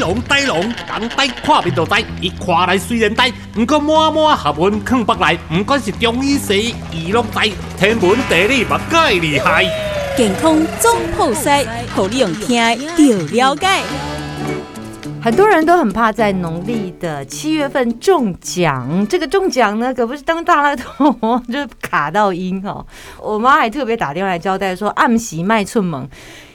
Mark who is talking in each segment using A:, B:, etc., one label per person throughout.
A: 龙呆龙，人呆看面就呆，伊看来虽然呆，毋过满满学问藏北内，毋管是中医西医，伊拢知。天文地理嘛介厉害，
B: 健康总铺塞，互你用听的就了解。
C: 很多人都很怕在农历的七月份中奖，这个中奖呢，可不是当大乐透哦，就是卡到音哦。我妈还特别打电话来交代说，暗喜卖寸猛。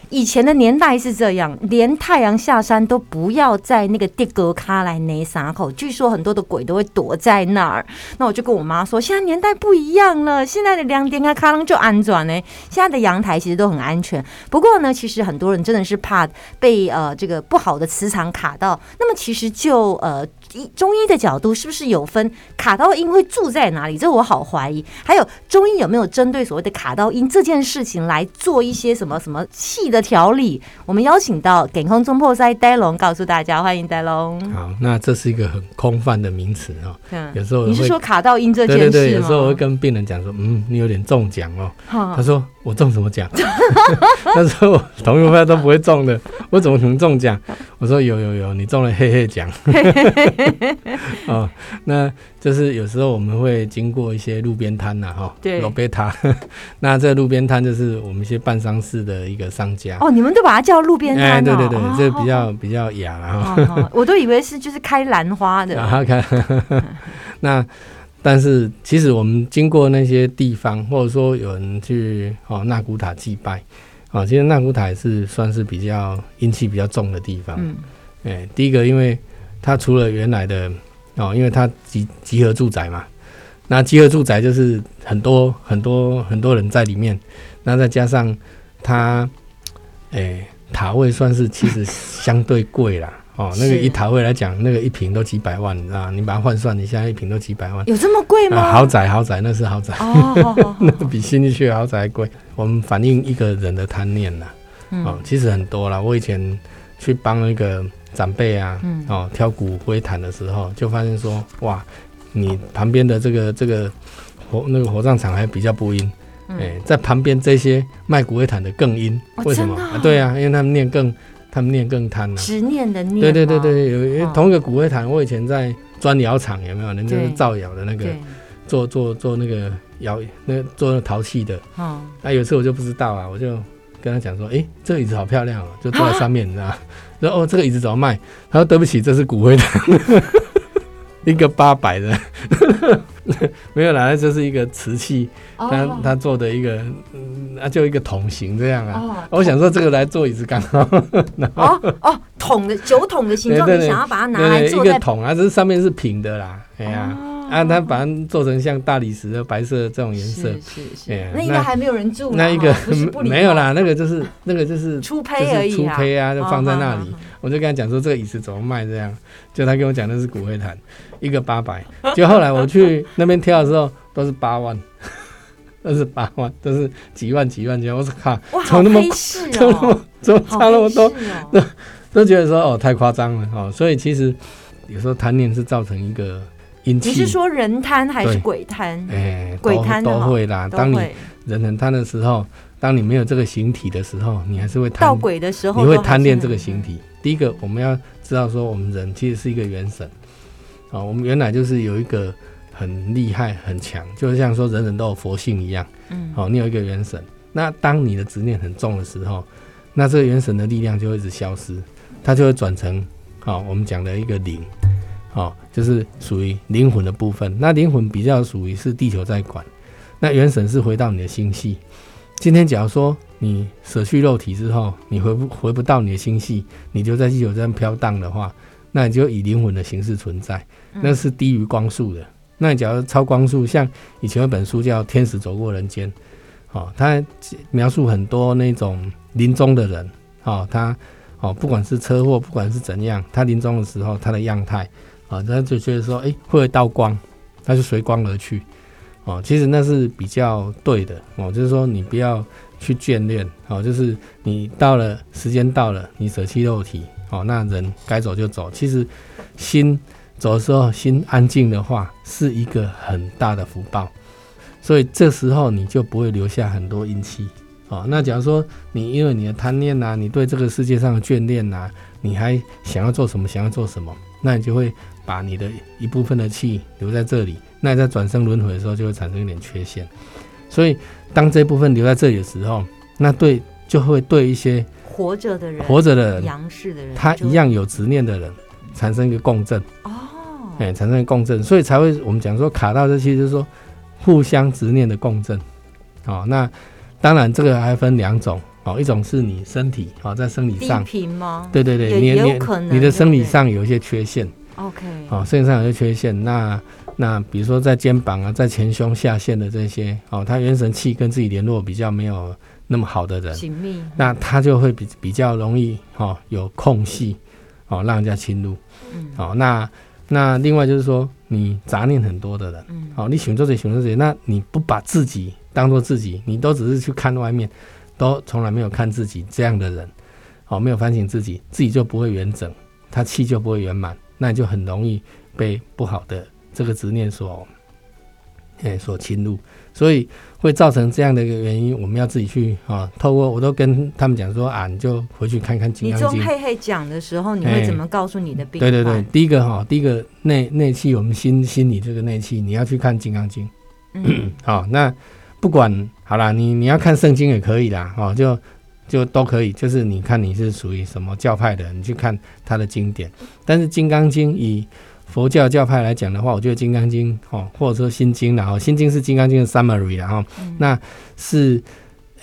C: 以前的年代是这样，连太阳下山都不要在那个地格咖来内撒口。据说很多的鬼都会躲在那儿。那我就跟我妈说，现在年代不一样了，现在的两点开咖啷就安全呢。现在的阳台其实都很安全。不过呢，其实很多人真的是怕被呃这个不好的磁场卡到。那么其实就呃。医中医的角度是不是有分卡到音会住在哪里？这我好怀疑。还有中医有没有针对所谓的卡到音这件事情来做一些什么什么气的调理？我们邀请到给空中破塞呆龙告诉大家，欢迎呆龙。
D: 好，那这是一个很空泛的名词哦。
C: 嗯
D: 有时候我
C: 你是
D: 会
C: 说卡到音这件事吗？
D: 对
C: 嗯
D: 对对，有时候我会跟病人讲说，嗯，你有点中奖哦。
C: 哈
D: 他说我中什么奖？ 他说我同学朋友都不会中的，我怎么可能中奖？我说有有有，你中了嘿 嘿奖。哦，那就是有时候我们会经过一些路边摊呐，哈，
C: 对
D: 路边摊。 那这路边摊就是我们一些办丧事的一个商家。
C: 哦，你们都把它叫路边摊、哦
D: 哎，对对对
C: 哦，
D: 这比较比较雅啦。哈。
C: 哦哦我都以为是就是开兰花的。
D: 啊，看， 那但是其实我们经过那些地方，或者说有人去哦纳古塔祭拜，哦，其实纳古塔也是算是比较阴气比较重的地方。
C: 嗯，
D: 哎、第一个，因为它除了原来的哦，因为它集集合住宅嘛，那集合住宅就是很多很多很多人在里面，那再加上它，哎、塔位算是其实相对贵啦，哦，那个
C: 是啊
D: 一塔位来讲，那个一平都几百万，你知道吗？你把它换算一下，一平都几百万。
C: 有这么贵吗？
D: 啊，豪宅豪宅那是豪宅，
C: 哦，好好好
D: 那比新一区的豪宅还贵。我们反映一个人的贪念啦。哦
C: 嗯，
D: 其实很多啦。我以前去帮那个长辈啊，
C: 嗯
D: 哦，挑骨灰坛的时候，就发现说，哇，你旁边的这个这个火那个火葬场还比较不阴，哎、
C: 嗯
D: 在旁边这些卖骨灰坛的更阴，
C: 哦
D: 为什么？
C: 真的啊
D: 啊对啊，因为他们念更，他们念更贪呐、啊
C: 执念的念。
D: 对对对。对，有有
C: 哦
D: 同一个骨灰坛，我以前在砖窑厂有没有？人家是
C: 对
D: 造窑的那个，
C: 对，
D: 做做做那个窑，那个做那个陶器的。
C: 哦，
D: 那、有一次我就不知道啊，我就跟他讲说，诶，这个椅子好漂亮哦、就坐
C: 啊
D: 在上面，你知道吗？ 然后哦，这个椅子怎么卖？他说对不起，这是骨灰坛， 一个八百的， 没有啦，这是一个瓷器，他
C: 哦
D: 他做的一个，嗯，啊，就一个桶形这样啊。
C: 哦
D: 我想说这个来做椅子刚好，
C: 哦哦，桶的酒桶的形状，
D: 对
C: 你
D: 对对
C: 想要把它拿来
D: 对，一
C: 做
D: 个
C: 在
D: 桶啊，这上面是平的啦，哎呀、
C: 哦
D: 啊，他把它做成像大理石的白色的这种颜色，
C: 是是是
D: 哎呀
C: 那应该还没有人住呢，
D: 那一个
C: 哈不 是不礼貌
D: 没有，啦，那个就是那个就是
C: 初
D: 就
C: 胚而
D: 是
C: 已
D: 粗胚啊，就放在那里。
C: 哦哦哦
D: 我就跟他讲说这个椅子怎么卖这样，就他跟我讲那是骨灰坛，一个八百。就后来我去那边挑的时候都是八万， 都是八万，都是几万几万几万。我说靠，
C: 哇，哦
D: 怎么
C: 好
D: 那么
C: 黑市
D: 怎么那
C: 哦
D: 么，怎么
C: 好
D: 差那么多？
C: 黑市哦
D: 都觉得说哦太夸张了哦。所以其实有时候贪念是造成一个阴气。
C: 你是说人摊还是
D: 对
C: 鬼摊？
D: 哎，
C: 鬼
D: 都
C: 摊的
D: 都
C: 哈
D: 会啦。
C: 都
D: 当你
C: 会
D: 人很贪的时候，当你没有这个形体的时候，你还是会贪
C: 到鬼的时候，
D: 你会贪恋这个形。体。第一个，我们要知道说，我们人其实是一个元神啊、我们原来就是有一个很厉害、很强，就像说人人都有佛性一样。
C: 嗯，
D: 哦，你有一个元神，那当你的执念很重的时候，那这个元神的力量就会一直消失，它就会转成哦，我们讲的一个灵，哦，就是属于灵魂的部分。那灵魂比较属于是地球在管，那元神是回到你的星系。今天假如说你舍去肉体之后，你回不回不到你的星系，你就在地球上飘荡的话，那你就以灵魂的形式存在，那是低于光速的。那你假如超光速，像以前有本书叫《天使走过人间》，哦，他描述很多那种临终的人，哦，他哦，不管是车祸，不管是怎样，他临终的时候他的样态，啊、他就觉得说，诶，会有道光，他就随光而去，哦，其实那是比较对的，哦，就是说你不要去眷恋，哦，就是你到了时间到了，你舍弃肉体，哦，那人该走就走，其实心。走的时候心安静的话，是一个很大的福报。所以这时候你就不会留下很多阴气哦，那假如说你因为你的贪念呐、你对这个世界上的眷恋呐、你还想要做什么，想要做什么，那你就会把你的一部分的气留在这里，那你在转生轮回的时候就会产生一点缺陷。所以当这部分留在这里的时候，那对就会对一些
C: 活着的人，
D: 活着的人，
C: 杨氏的人，
D: 他一样有执念的人，产生一个共振。
C: 就哦，
D: 哎，产生共振，所以才会我们讲说卡到这期就是说互相执念的共振。哦，那当然这个还分两种哦，一种是你身体哦在生理
C: 低
D: 上，
C: 频吗？
D: 对对对，
C: 也
D: 你
C: 也有
D: 你
C: 可能
D: 你的生理
C: 对不对
D: 上有一些缺陷
C: o k
D: 哦，生理上有一些缺陷，那那比如说在肩膀啊，在前胸下线的这些哦，他元神气跟自己联络比较没有那么好的人，
C: 紧密，
D: 那他就会比比较容易哦有空隙哦让人家侵入。
C: 嗯
D: 好、那那另外就是说，你杂念很多的人，
C: 嗯，
D: 好、你喜欢做谁喜欢做谁，那你不把自己当做自己，你都只是去看外面，都从来没有看自己这样的人，好、没有反省自己，自己就不会圆整，他气就不会圆满，那你就很容易被不好的这个执念所，哎、所侵入，所以会造成这样的一个原因，我们要自己去啊、透过我都跟他们讲说啊，你就回去看看《金
C: 你
D: 刚
C: 中
D: 经》。
C: 嘿嘿讲的时候，你
D: 哎
C: 会怎么告诉你的病
D: 对
C: 患？
D: 对对，，第一个哈，第一个内内气，我们心心理这个内气，你要去看《金刚经》
C: 嗯，
D: 好、哦那不管好啦，你你要看圣经也可以啦，哦，就就都可以，就是你看你是属于什么教派的，你去看他的经典。但是《金刚经》以佛教教派来讲的话，我觉得《金刚经》哦，或者说《心经》啦，哦，《心经》是《金刚经》的 summary 啦，哈、哦，那是，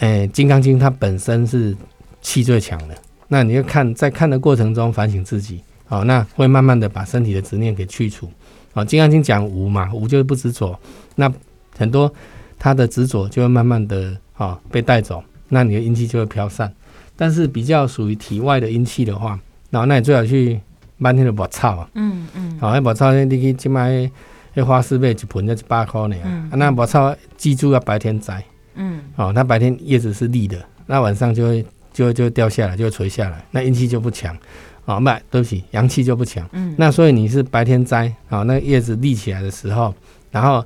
D: 呃，《金刚经》它本身是气最强的，那你就看在看的过程中反省自己，好、那会慢慢的把身体的执念给去除。啊、金刚经》讲无嘛，无就是不执着，那很多他的执着就会慢慢的啊、被带走，那你的阴气就会飘散。但是比较属于体外的阴气的话，然后那你最好去漫天的抹草啊，
C: 嗯嗯，
D: 好、哦，抹草你去即卖迄花市买一盆才一百块呢，
C: 嗯
D: 啊，那抹草记住要白天摘。
C: 嗯
D: 哦，它白天叶子是绿的，那晚上就会就会就会掉下来，就会垂下来，那阴气就不强，哦，不，对不起，阳气就不强。
C: 嗯，
D: 那所以你是白天摘，啊、哦，那叶子立起来的时候，然后，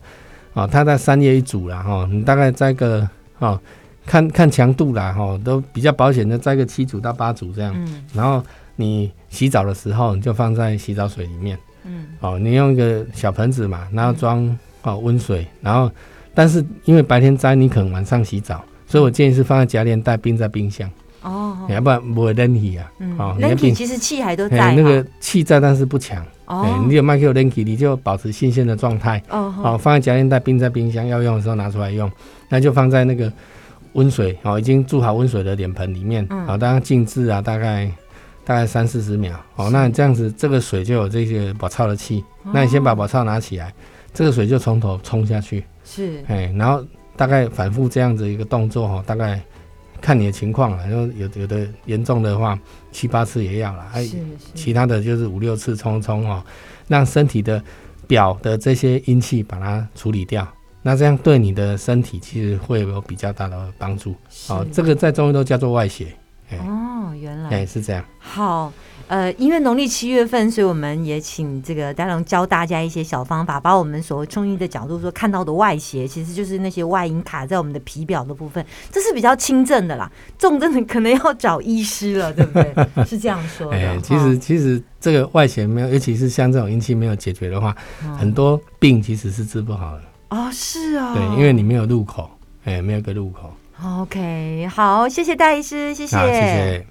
D: 哦，它在三叶一组啦，哦，你大概摘个，哦，看看强度啦，哦，都比较保险的，摘个七组到八组这样。
C: 嗯
D: 然后你洗澡的时候，你就放在洗澡水里面。
C: 嗯
D: 哦，你用一个小盆子嘛，然后装哦温水，然后但是因为白天摘，你可能晚上洗澡，所以我建议是放在夹链袋冰在冰箱，
C: 哦，
D: 要不然不会扔起啊。哦
C: 嗯，
D: 你的
C: n
D: 病
C: k 其实气还都在哈
D: 哎，那个气在，但是不强。哎，
C: 哦
D: 你有麦克 l i n k 你就保持新鲜的状态。
C: 哦
D: 哦，放在夹链袋冰在冰箱，要用的时候拿出来用。那就放在那个温水哦，已经注好温水的脸盆里面。
C: 嗯
D: 好、大家静置啊，大概大概三四十秒。哦，那你这样子，这个水就有这些宝钞的气。
C: 哦
D: 那你先把宝钞拿起来，这个水就从头冲下去，
C: 是
D: 哎，然后大概反复这样子一个动作哦，大概看你的情况了。然后有有的严重的话，七八次也要了，哎，
C: 是是，
D: 其他的就是五六次冲冲哦，让身体的表的这些阴气把它处理掉。那这样对你的身体其实会有比较大的帮助哦。
C: 是
D: 这个在中医都叫做外邪，
C: 哦，原
D: 哎、
C: 来
D: 是这样。
C: 好，呃，因为农历七月份，所以我们也请这个丹龙教大家一些小方法，把我们所谓中医的角度说看到的外邪，其实就是那些外阴卡在我们的皮表的部分，这是比较轻症的啦，重症的可能要找医师了，对不 对？啊哦是这样说的。
D: 哎、
C: 哈
D: 其实其实这个外邪没有，尤其是像这种阴气没有解决的话，
C: 嗯
D: 很多病其实是治不好的。
C: 哦，是哦，
D: 对，因为你没有入口，哎、没有个入口。
C: OK，好，谢谢戴医师，谢
D: 好，谢谢。